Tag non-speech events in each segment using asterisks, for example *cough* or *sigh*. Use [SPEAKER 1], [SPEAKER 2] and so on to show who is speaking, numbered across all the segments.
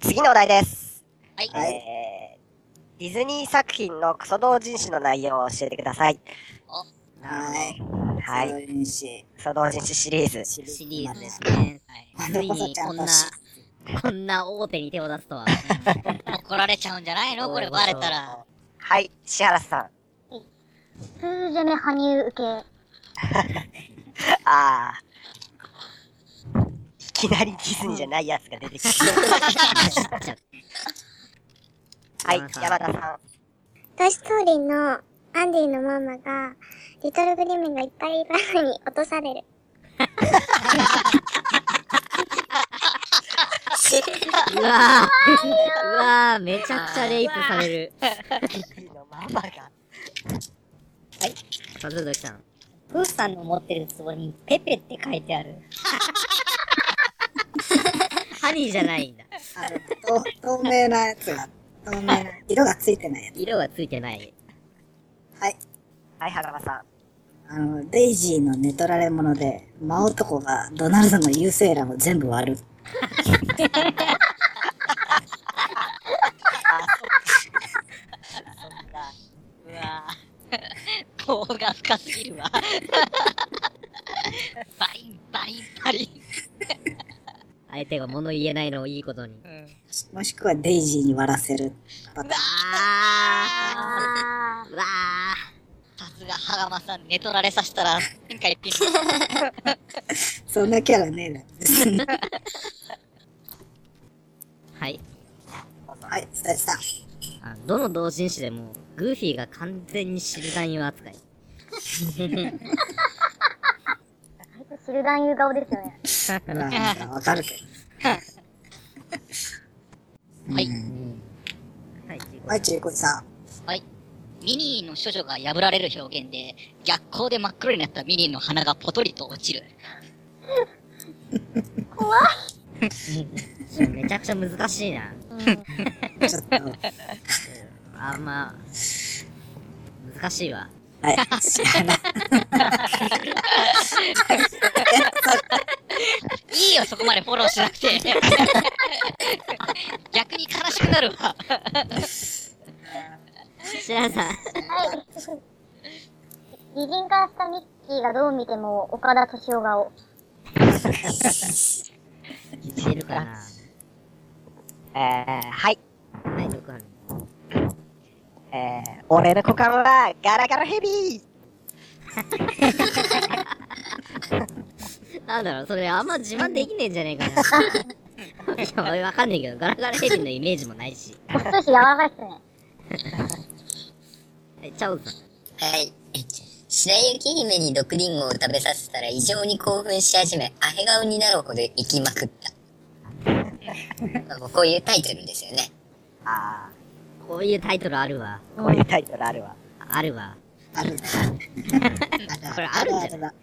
[SPEAKER 1] 次のお題です。
[SPEAKER 2] はい。
[SPEAKER 1] えー、ディズニー作品のクソ同人誌の内容を教えてください。
[SPEAKER 3] はい。
[SPEAKER 1] は
[SPEAKER 3] そう
[SPEAKER 1] い。
[SPEAKER 3] いうし
[SPEAKER 1] クソ同人誌シリーズ。
[SPEAKER 2] シリーズですね。はい。ついにこんな、こんな大手に手を出すとは、ね。
[SPEAKER 4] *laughs* 怒られちゃうんじゃないのこれバレたら。
[SPEAKER 1] はい。石原さん。
[SPEAKER 5] プール攻め羽生受け。
[SPEAKER 1] *laughs* あー。いきなりディズニーじゃないやつが出てき *laughs* た。はい。山田さ
[SPEAKER 6] トイストーリーのアンディのママが、リトルグリムがいっぱいいるバーに落とされる。
[SPEAKER 2] うわぁ、うわぁ、めちゃくちゃレイプされる。
[SPEAKER 1] ん。のママが。
[SPEAKER 2] さずどきさん。
[SPEAKER 7] プーさんの持ってる壺にペペって書いてある。
[SPEAKER 2] *laughs* ハニーじゃないんだ。
[SPEAKER 3] あの、と透明なやつが、透明な、色がついてないや
[SPEAKER 2] 色がついてない。
[SPEAKER 3] つ。はい。
[SPEAKER 1] はい、花間さん。
[SPEAKER 3] あの、デイジーの寝取られ者で、魔男がドナルドの優勢欄を全部割る。
[SPEAKER 4] うわぁ。 *laughs* 棒が深すぎるわ。バリンバリンバリン。
[SPEAKER 2] 相手が物言えないのをいいことに。
[SPEAKER 4] うん
[SPEAKER 3] もしくはデイジーに割らせる。
[SPEAKER 2] あー。うわ
[SPEAKER 4] さすが、ハガマさん、寝取られさせたら、天下一品。
[SPEAKER 3] そんなキャラねえな。
[SPEAKER 2] ー。はい。
[SPEAKER 3] はい、スタジさん。
[SPEAKER 2] あどの同人誌でも、グーフィーが完全に知る男優
[SPEAKER 4] *laughs*
[SPEAKER 2] 扱い。
[SPEAKER 5] 知る男優顔ですよね。
[SPEAKER 3] まあなんかわかるけど。
[SPEAKER 4] はい
[SPEAKER 3] うん。
[SPEAKER 2] はい、
[SPEAKER 3] はい、ちいこいさん。
[SPEAKER 4] ミニーの処女が破られる表現で、逆光で真っ黒になったミニーの鼻がポトリと落ちる。
[SPEAKER 2] めちゃくちゃ難しいな。
[SPEAKER 3] ちょっと。
[SPEAKER 2] あんまあ、難しいわ。
[SPEAKER 3] はい、知らない。
[SPEAKER 4] いいよ、そこまでフォローしなくて。逆に悲しくなるわ。
[SPEAKER 2] シラさん。
[SPEAKER 5] はい。擬人化したミッキーがどう見ても岡田敏夫顔。
[SPEAKER 2] 知ってるかな
[SPEAKER 1] えー、はい。
[SPEAKER 2] はい、六班。
[SPEAKER 1] えー、俺の股間はガラガラヘビー
[SPEAKER 2] なんだろう、それあんま自慢できねえんじゃねえか
[SPEAKER 7] *laughs*
[SPEAKER 2] な。いや、俺わかんねえけど、ガラガラヘビのイメージもないし。
[SPEAKER 5] お寿司柔らかいっすね。
[SPEAKER 2] はい、チャオ
[SPEAKER 7] は
[SPEAKER 2] さん。
[SPEAKER 7] い。白雪姫に毒リンゴを食べさせたら異常に興奮し始め、アヘ顔になるほど生きまく *laughs* った。こういうタイトルですよね。
[SPEAKER 1] あ
[SPEAKER 2] こういうタイトルあるわ。
[SPEAKER 1] ー、こういうタイトルあるわ。
[SPEAKER 2] あるわ。*laughs*
[SPEAKER 3] ある。
[SPEAKER 2] これあるんじゃ
[SPEAKER 3] ない
[SPEAKER 2] は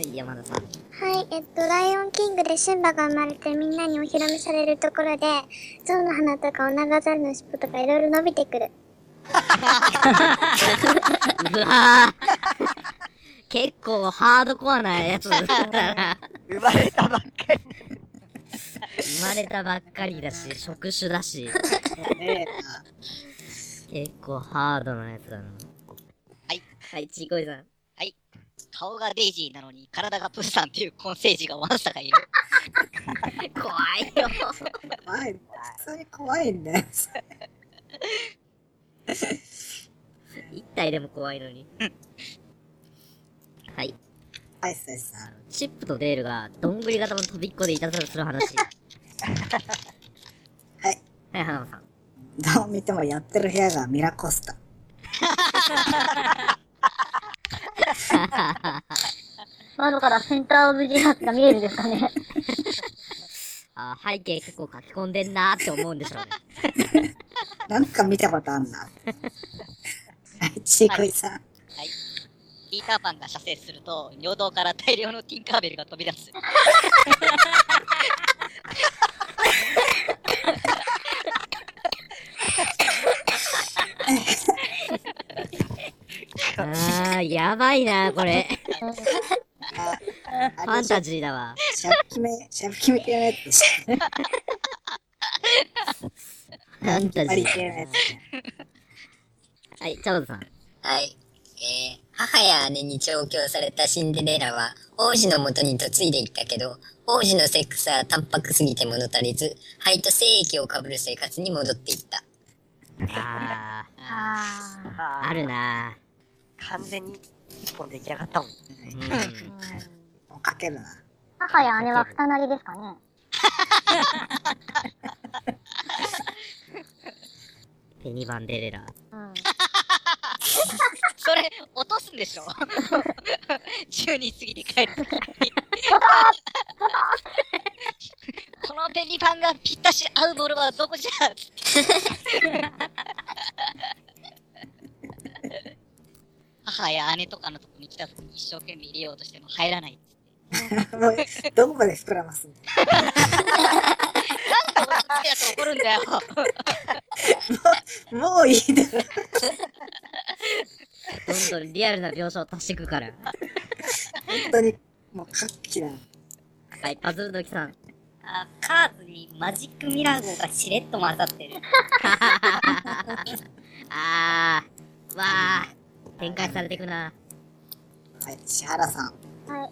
[SPEAKER 2] い、山田さん。
[SPEAKER 6] はい、えっと、ライオンキングでシンバが生まれてみんなにお披露目されるところで、象の鼻とかオナガザルの尻尾とかいろいろ伸びてくる。
[SPEAKER 2] うわぁ。結構ハードコアなやつだったな。
[SPEAKER 1] 生まれたばっかり。
[SPEAKER 2] 生まれたばっかりだし、職種だし。結構ハードなやつだな。
[SPEAKER 4] はい。
[SPEAKER 2] はい、ちいこいさん。
[SPEAKER 4] 顔がデイジーなのに、体がプーさんっていう混成児がワンサがいる。
[SPEAKER 2] 怖いよ。
[SPEAKER 3] 怖い。普通に怖いんだよ。
[SPEAKER 2] 一体でも怖いのに。はい。
[SPEAKER 3] はい、スタジさん。
[SPEAKER 2] チップとデールが、どんぐり型の飛びっこでいたずらする話。
[SPEAKER 3] はい。
[SPEAKER 2] はい、花間さん。
[SPEAKER 3] どう見てもやってる部屋がミラコスタ。
[SPEAKER 5] 窓からセンターオブジアースが見えるんですかね。
[SPEAKER 2] あー背景結構書き込んでんなーって思うんでしょうね。
[SPEAKER 3] なんか見たことあんな。はい、ちいこいさん。
[SPEAKER 4] ピーターパンが射精すると、尿道から大量のティンカーベルが飛び出
[SPEAKER 2] *laughs*
[SPEAKER 4] す。
[SPEAKER 2] あー、やばいなー、これ。ファンタジーだわ。
[SPEAKER 3] シャブキメ、シャブキメ系のやつでしたね。
[SPEAKER 2] ファンタ
[SPEAKER 3] パ
[SPEAKER 2] ジ
[SPEAKER 3] リ
[SPEAKER 2] ー
[SPEAKER 3] 系のやつね。
[SPEAKER 2] はい、チャオズさん。
[SPEAKER 7] はい。えー、母や姉に調教されたシンデレラは、王子の元に嫁いでいったけど、王子のセックスは淡白すぎて物足りず、肺と精液をかぶる生活に戻っていった。
[SPEAKER 2] あー、
[SPEAKER 5] あ
[SPEAKER 2] あ
[SPEAKER 1] あ
[SPEAKER 2] るな
[SPEAKER 1] 完全に一本出来上がったもん。
[SPEAKER 2] ーうん。
[SPEAKER 3] もうかけるな。
[SPEAKER 5] 母や姉は二なりですかね。
[SPEAKER 2] ペニバンデレラ。
[SPEAKER 5] うん。
[SPEAKER 4] それ、落とすんでしょ *laughs* ?12 過ぎて帰るときに。このペニパンがぴったし合うボールはどこじゃつって母や姉とかのとこに来たときに一生懸命入れようとしても入ら
[SPEAKER 2] *laughs*
[SPEAKER 4] ない。
[SPEAKER 3] もうどこまで膨らますんだ
[SPEAKER 4] なんで俺の手だと怒るんだよ。
[SPEAKER 3] よもういいだろ。
[SPEAKER 2] どんどんリアルな描写を足していくから。
[SPEAKER 3] 本当に、もう画期だな。
[SPEAKER 2] はい、パズルドキさん。
[SPEAKER 8] あカーズにマジックミラー号がしれっと混ざってる。
[SPEAKER 2] *laughs* あー、わー、展開されていくな。
[SPEAKER 3] はい、千原さん。
[SPEAKER 5] はい。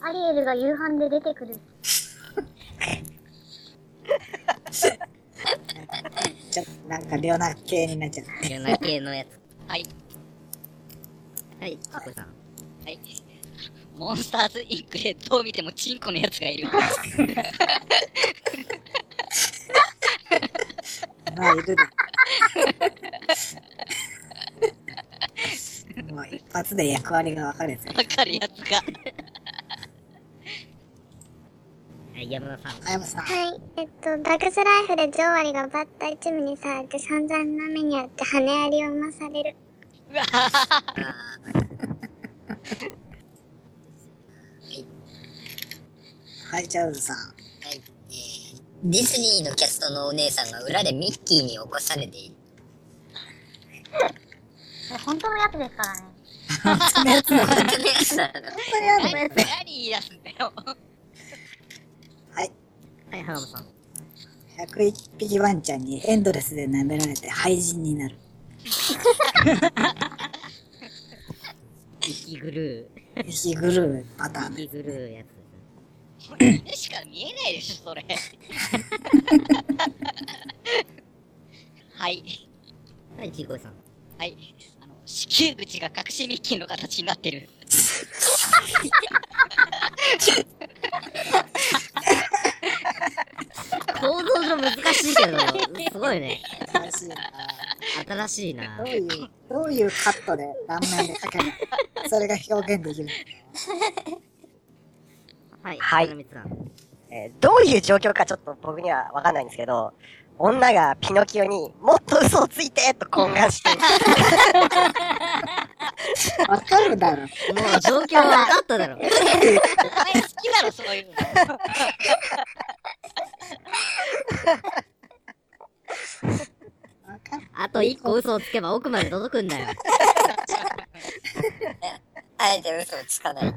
[SPEAKER 5] アリエルが夕飯で出てくる。
[SPEAKER 3] ちょっとなんかレオナ系になっちゃった。
[SPEAKER 2] いろんな系のやつ。
[SPEAKER 4] はい。
[SPEAKER 2] はい、チコさん。
[SPEAKER 4] はい。モンスターズインクでどう見てもチンコのやつがいる。
[SPEAKER 3] まあ、いるだろ。もう一発で役割が分かるやつね。
[SPEAKER 4] わかるやつが。
[SPEAKER 2] はい、山田さん。
[SPEAKER 3] あやまさん。
[SPEAKER 6] はい。えっと、ダグスライフで女王アリがバッタ一部にされて散々な目にあって羽アリを産まされる。
[SPEAKER 4] うわ
[SPEAKER 3] はい、チャウズさん。
[SPEAKER 7] はい。えー、ディズニーのキャストのお姉さんが裏でミッキーに起こされている。
[SPEAKER 5] 本当のやつですからね。
[SPEAKER 7] 本当のやつなの
[SPEAKER 4] 何何言い出すんだよ。
[SPEAKER 3] はい。
[SPEAKER 2] はい、浜野さん。
[SPEAKER 3] 101匹ワンちゃんにエンドレスで舐められて廃人になる。
[SPEAKER 2] 息グル
[SPEAKER 3] ひぐるーパター
[SPEAKER 2] ー、
[SPEAKER 3] ン。
[SPEAKER 2] 息グルーやつ。
[SPEAKER 4] 犬しか見えないでしょ、それ。はい。
[SPEAKER 2] はい、ちいこいさん。
[SPEAKER 4] はい。あの、子宮口が隠しミッキーの形になってる。
[SPEAKER 2] 構造上難しいけど、すごいね。
[SPEAKER 3] 新しいな
[SPEAKER 2] 新しいな
[SPEAKER 3] どう。いう、どういうカットで顔面でかけるのそれが表現できるの
[SPEAKER 2] はい、
[SPEAKER 1] はい
[SPEAKER 2] 花光さん。
[SPEAKER 1] えーどういう状況かちょっと僕にはわかんないんですけど、女がピノキオにもっと嘘をついてと懇願して、
[SPEAKER 3] わかるだろ。
[SPEAKER 2] もう状況は分かっただろ。
[SPEAKER 4] お前好きだろ、そういうの。
[SPEAKER 3] わかる。
[SPEAKER 2] あと一個嘘をつけば奥まで届くんだよ。
[SPEAKER 7] *laughs* あえて嘘をつかない。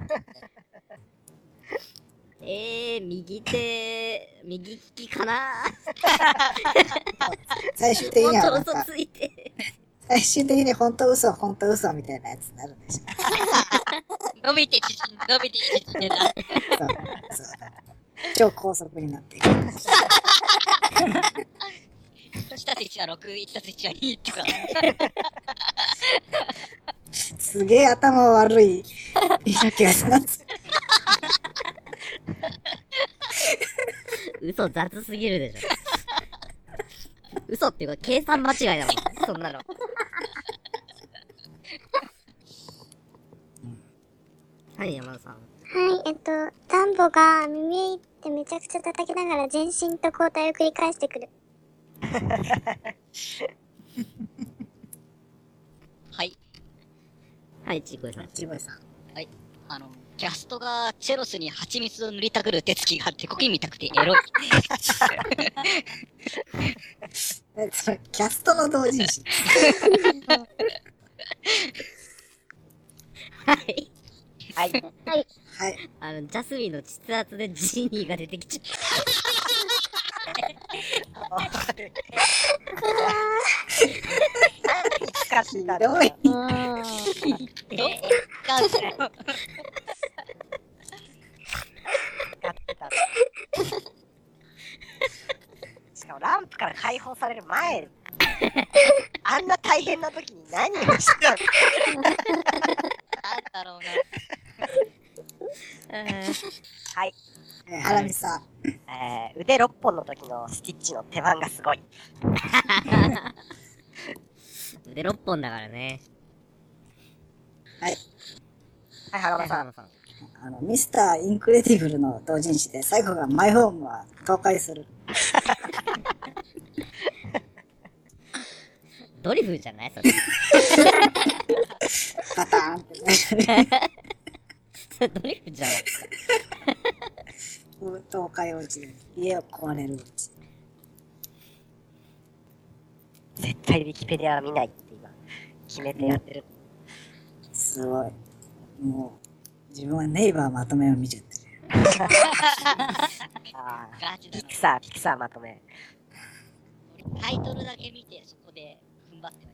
[SPEAKER 2] えー、右手、右利きかな
[SPEAKER 3] 最終的
[SPEAKER 2] も
[SPEAKER 3] にはな
[SPEAKER 2] っ
[SPEAKER 3] ん
[SPEAKER 2] と嘘
[SPEAKER 3] か、
[SPEAKER 2] ついて。
[SPEAKER 3] 最終的に本当嘘、本当嘘みたいなやつになるんでしょ。
[SPEAKER 4] 伸びて縮んで、伸びて縮んでな。
[SPEAKER 3] そうそう超高速になっていく。
[SPEAKER 4] 1たす1は6、1たす1は2とか。
[SPEAKER 3] すげえ頭悪い稲木がさん。
[SPEAKER 4] *laughs*
[SPEAKER 2] 嘘雑すぎるでしょ。嘘っていうか計算間違いだもん。そんなの。はい、山田さん。
[SPEAKER 6] はい。えっと、ダンボが耳ってめちゃくちゃ叩きながら全身と交代を繰り返してくる。
[SPEAKER 4] はい。
[SPEAKER 2] はい、ちいこいさん。
[SPEAKER 3] ジボイさん。
[SPEAKER 4] あの、キャストがチェロスに蜂蜜を塗りたくる手つきがあって、コキン見たくてエロい。
[SPEAKER 3] えそれキャストの同人 *laughs* 誌。
[SPEAKER 2] はい。
[SPEAKER 1] は
[SPEAKER 5] は
[SPEAKER 1] い。
[SPEAKER 5] い。
[SPEAKER 3] はい。
[SPEAKER 2] あの、ジャスミンの筆圧でジーニーが出てきちゃった。
[SPEAKER 1] 難しいな。
[SPEAKER 3] どういう
[SPEAKER 5] うーん。
[SPEAKER 4] どっか
[SPEAKER 1] しかもランプから解放される前。あんな大変な時に何をしてたの
[SPEAKER 4] なんだろうな。
[SPEAKER 1] はい。
[SPEAKER 3] えーハラミさん。
[SPEAKER 1] えー、腕6本の時のスティッチの手番がすごい。
[SPEAKER 2] 腕6本だからね。
[SPEAKER 3] はい。
[SPEAKER 1] はい、原間さん。
[SPEAKER 2] さん。
[SPEAKER 3] あの、ミスターインクレディブルの同人誌で最後がマイホームは倒壊する。
[SPEAKER 2] ドリフじゃないそれ。
[SPEAKER 3] バターンってね。
[SPEAKER 2] それドリフじゃん。
[SPEAKER 3] 倒壊落ちで家を壊れる落ち。
[SPEAKER 1] 絶対ウィキペディアは見ないって今、決めてやってる。
[SPEAKER 3] すごい。もう、自分はネイバーまとめを見ちゃってる。
[SPEAKER 1] ああ。
[SPEAKER 4] ガチだ
[SPEAKER 1] ピ
[SPEAKER 4] な
[SPEAKER 1] クサー、ピクサーまとめ。
[SPEAKER 4] タイトルだけ見て、そこで踏ん張って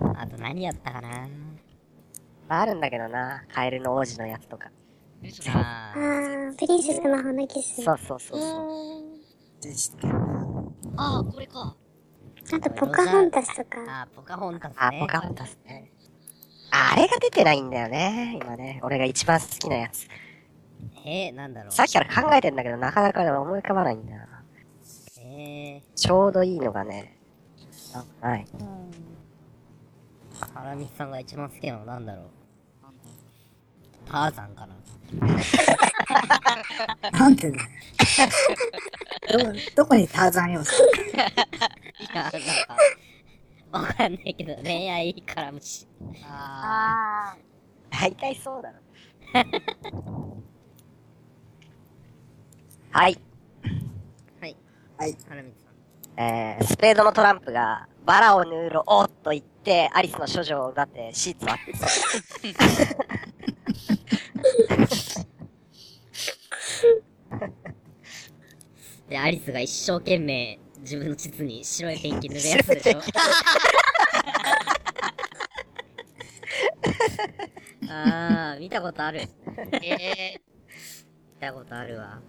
[SPEAKER 4] はいる。
[SPEAKER 2] あと何やったかな
[SPEAKER 1] まあ、あるんだけどな。カエルの王子のやつとか。
[SPEAKER 2] あ
[SPEAKER 6] あ
[SPEAKER 2] ー
[SPEAKER 6] ー、プリンセスの魔法のキス。
[SPEAKER 1] そうそうそう
[SPEAKER 6] う
[SPEAKER 1] そう。
[SPEAKER 6] ーん
[SPEAKER 3] でしたな。
[SPEAKER 4] ああ、これか。
[SPEAKER 6] あと、ポカホンタスとか。
[SPEAKER 2] あー、ポカホンタス
[SPEAKER 1] あ、
[SPEAKER 2] ね。
[SPEAKER 1] ポカホンタスね。ああれが出てないんだよね。今ね。俺が一番好きなやつ。
[SPEAKER 2] えー、なんだろう。
[SPEAKER 1] さっきから考えてんだけど、なかなかね思い浮かばないんだよな。
[SPEAKER 2] え
[SPEAKER 1] ちょうどいいのがね。はい。
[SPEAKER 2] ー、ハラミさんが一番好きなのなんだろう。ターザンかな。
[SPEAKER 3] なんてね。ど、どこにターザン要素
[SPEAKER 2] いや、 *laughs* なんか、わかんないけど、恋愛絡むし。
[SPEAKER 4] あ
[SPEAKER 5] あ
[SPEAKER 1] 大体そうだろ。 *laughs* はい。
[SPEAKER 2] はい。
[SPEAKER 3] はい。
[SPEAKER 2] ハラミさん。
[SPEAKER 1] えー、スペードのトランプが、バラを塗ろうと言って、アリスの処女を奪って、シーツを開けた。
[SPEAKER 2] で、アリスが一生懸命自分の膣に白いペンキ塗るやつでしょ。 *laughs* あー、見たことある。
[SPEAKER 4] あ、え
[SPEAKER 2] 見たことあるわ。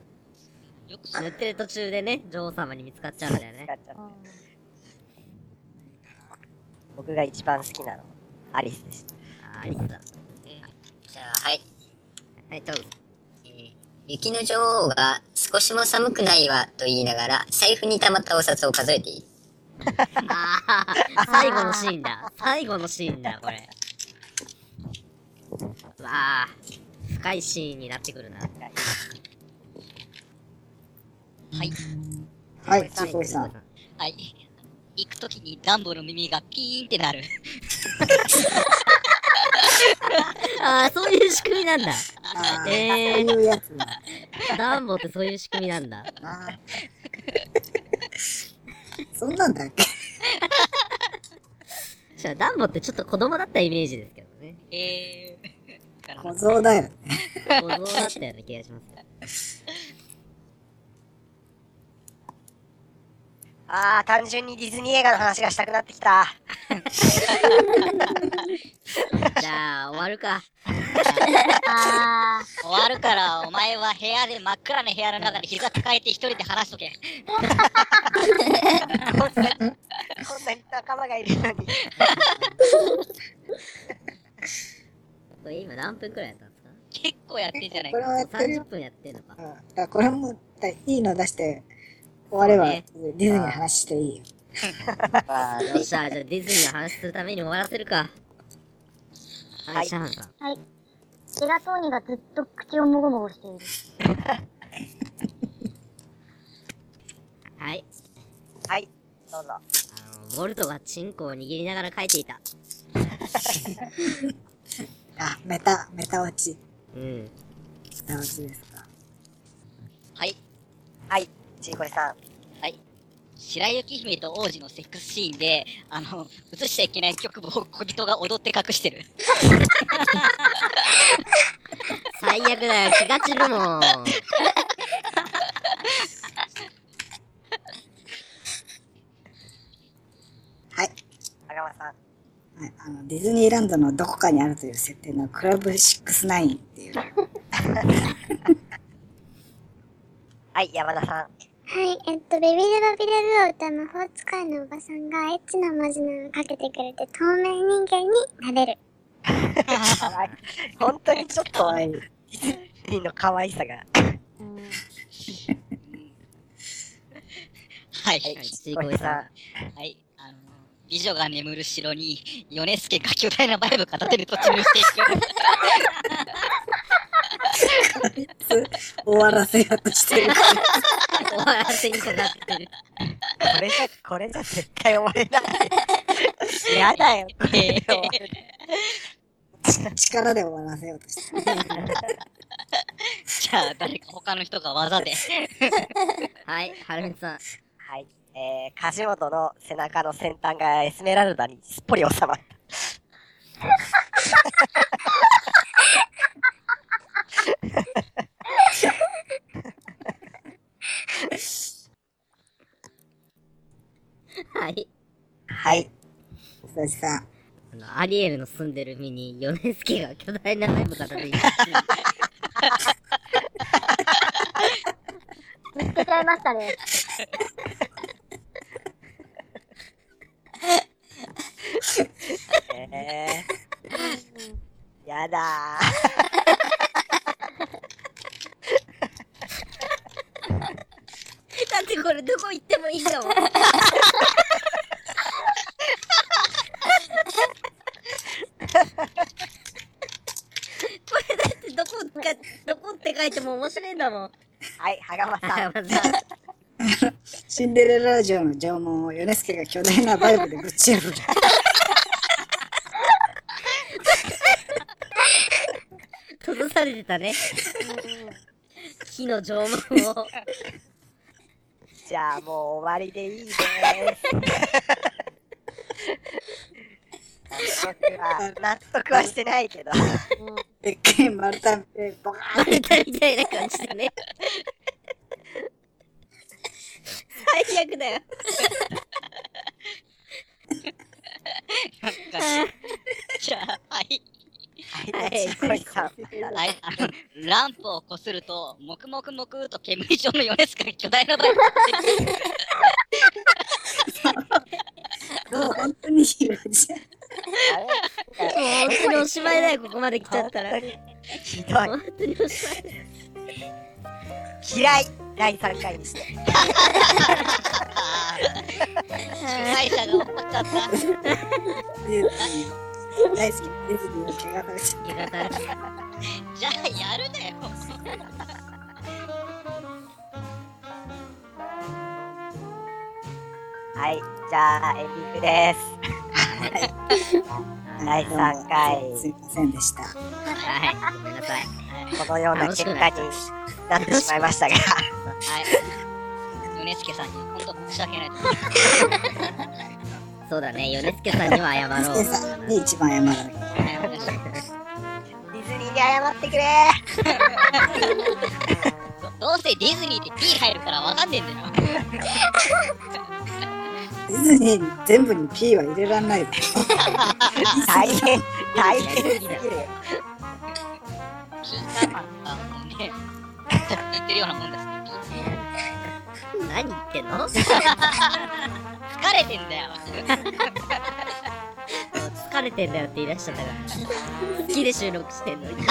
[SPEAKER 4] ー、よく知っ
[SPEAKER 2] 塗ってる途中でね、女王様に見つかっちゃうんだよね
[SPEAKER 1] 使。っちゃって僕が一番好きなの、アリスでした。
[SPEAKER 2] あーアリスだ。
[SPEAKER 7] じゃあ、はい。
[SPEAKER 2] はい、どうぞ。
[SPEAKER 7] 雪の女王が少しも寒くないわと言いながら財布に溜まったお札を数えている。
[SPEAKER 2] あー、 *laughs* 最後のシーンだ。最後のシーンだ、これ。わあ、深いシーンになってくるな。
[SPEAKER 3] はい、ちこさん。
[SPEAKER 4] はい。行くときにダンボの耳がピーンってなる。
[SPEAKER 2] *laughs* ああ、そういう仕組みなんだ。
[SPEAKER 3] ああ、
[SPEAKER 2] えー
[SPEAKER 3] そういうやつだ
[SPEAKER 2] *laughs* ダンボってそういう仕組みなんだ。
[SPEAKER 3] *laughs* な。そんなんだっけ
[SPEAKER 2] じゃあ、ダンボってちょっと子供だったイメージですけどね。
[SPEAKER 4] えー、
[SPEAKER 3] 小僧だよね。
[SPEAKER 2] 子供だったような気がします
[SPEAKER 4] *laughs*
[SPEAKER 2] ね。
[SPEAKER 1] あー、単純にディズニー映画の話がしたくなってき *laughs* た。
[SPEAKER 2] じゃあ、終わる
[SPEAKER 4] *laughs*
[SPEAKER 2] か。
[SPEAKER 5] あ。ああ。
[SPEAKER 4] 終わるから、お前は部屋で真っ暗な部屋の中で膝抱えて一人で話しとけ。
[SPEAKER 1] こんなに、こんなに仲間がいるの *laughs* に。
[SPEAKER 2] これ今何分くらいやったんですか
[SPEAKER 4] 結構やってんじゃない
[SPEAKER 3] これ
[SPEAKER 4] か。
[SPEAKER 3] はやってる
[SPEAKER 2] ?30 分やってんのか
[SPEAKER 3] う。んだからこれも、だいいの出して、終われば、ディズニーの話していいよ。
[SPEAKER 1] あー
[SPEAKER 2] よっしゃ、じゃあディズニーの話するために終わらせるか。はい、
[SPEAKER 1] はい
[SPEAKER 2] シャーハンさん。
[SPEAKER 5] はい。ジェラトーニがずっと口をもごもごしている。
[SPEAKER 2] はい。
[SPEAKER 1] はい、どうぞ。
[SPEAKER 2] あの、ボルトがチンコを握りながら書いていた。
[SPEAKER 3] あ、メタ、メタ落ち。
[SPEAKER 2] うん。
[SPEAKER 3] メタ落ちですか。
[SPEAKER 4] はい。
[SPEAKER 1] はい、ちいこりさん。
[SPEAKER 4] 白雪姫と王子のセックスシーンで、あの、映しちゃいけない曲を小人が踊って隠してる。
[SPEAKER 2] 最悪だよ、気が散るもん。
[SPEAKER 3] はい。
[SPEAKER 1] 赤間さん。
[SPEAKER 3] はいあの、ディズニーランドのどこかにあるという設定のクラブ69っていう。
[SPEAKER 1] はい、山田さん。
[SPEAKER 6] はい、えっと、ベビデバビデブを歌う魔法使いのおばさんがエッチな文字なのをかけてくれて透明人間になれる。
[SPEAKER 1] 本当にちょっと、
[SPEAKER 3] い。
[SPEAKER 1] リンの可愛さが。
[SPEAKER 4] はい。
[SPEAKER 2] はい、ちいこいさん。
[SPEAKER 4] はい。あの、美女が眠る城に、ヨネスケが巨大なバイブ片手に突入していく。
[SPEAKER 3] 終わらせようとしてる。
[SPEAKER 2] 終わらせにかかってる。
[SPEAKER 1] これじゃ、これじゃ絶対終われない。やだよ、これで終わる。
[SPEAKER 3] 力で終わらせようとしてる。
[SPEAKER 4] じゃあ、誰か他の人が技で。
[SPEAKER 2] はい、はるみさん。
[SPEAKER 1] はい。えー、梶本の背中の先端がエスメラルダにすっぽり収まった。
[SPEAKER 2] はい。
[SPEAKER 1] はい。
[SPEAKER 3] 佐々木さん。
[SPEAKER 2] あの、アリエルの住んでる身に、ヨネスケが巨大なナイフ片手
[SPEAKER 5] 見
[SPEAKER 2] に。
[SPEAKER 5] つけちゃいましたね。
[SPEAKER 1] えー。やだ
[SPEAKER 2] だってこれどこ行ってもいいんだもん。これだってどこか、どこって書いても面白いんだもん。
[SPEAKER 1] ー。はい、羽釜さん。
[SPEAKER 2] あ、まずは
[SPEAKER 3] シンデレラ城の縄文をヨネスケが巨大なバイブでぶち破る。
[SPEAKER 2] 閉ざされてたね。木の縄文を。
[SPEAKER 1] じゃあもう終わりでいいです。納得は、納得はしてないけど。
[SPEAKER 3] でっかい丸太でボカー
[SPEAKER 2] バ
[SPEAKER 3] ン
[SPEAKER 2] レたみたいな感じでね。最悪だ
[SPEAKER 4] *laughs*
[SPEAKER 2] よ。
[SPEAKER 4] じゃあ、はい。
[SPEAKER 1] はい、すごいさ。
[SPEAKER 4] はい。あの、 *laughs* ランプをこすると、もくもくもくと煙状のヨネスケが巨大なバイブ片手に
[SPEAKER 3] もう本当に広いじゃん。
[SPEAKER 2] もう本当におしまいだよ、ここまで来ち
[SPEAKER 4] *laughs*
[SPEAKER 2] ゃったら。
[SPEAKER 1] 本当
[SPEAKER 2] 本
[SPEAKER 1] にひどい。
[SPEAKER 2] 当におしまいだよ。
[SPEAKER 1] 嫌い第3回にして。
[SPEAKER 4] 主催者が怒っちゃった。
[SPEAKER 3] で大好きなディズニーの毛が食べちゃう。
[SPEAKER 2] 浴衣
[SPEAKER 4] じゃあ、やるなよ。
[SPEAKER 1] はい、じゃあエンディングです。第3回
[SPEAKER 3] すいませんでした。
[SPEAKER 2] はい、ごめんなさい。
[SPEAKER 1] このような結果になってしまいましたが、
[SPEAKER 4] はい。ヨネスケさんには本当申し訳ないです。
[SPEAKER 2] *laughs* そうだね、ヨネスケさんには謝
[SPEAKER 3] ス
[SPEAKER 2] ろ
[SPEAKER 3] ケ
[SPEAKER 2] う。
[SPEAKER 3] さんに一番謝らなきゃ。
[SPEAKER 1] ディズニーに謝ってくれ
[SPEAKER 4] どどうせディズニーって P 入るからわかんねえんだよ。
[SPEAKER 3] ディズニー全部に P は入れらんないぞ。
[SPEAKER 1] 大変、大変すぎる。
[SPEAKER 4] キーパーマンがもうね、言ってるようなもんです。
[SPEAKER 2] 何言ってん *laughs* の
[SPEAKER 4] 疲れてんだよ。
[SPEAKER 2] 疲れてんだよって言い出しちゃった *laughs* から。好きで収録してんのに。 *laughs*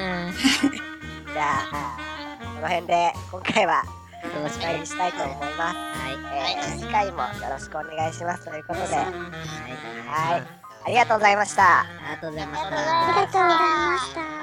[SPEAKER 1] じゃあ、この辺で今回は
[SPEAKER 2] どうし
[SPEAKER 1] おし
[SPEAKER 2] よ
[SPEAKER 1] まいにしたいと思います。
[SPEAKER 2] はい。は
[SPEAKER 1] えー次回もよろしくお願いしますということで、はい、
[SPEAKER 2] い。
[SPEAKER 1] ありがとうございました。
[SPEAKER 2] ありがとうございまし
[SPEAKER 6] あり
[SPEAKER 2] た。
[SPEAKER 6] がとうございました。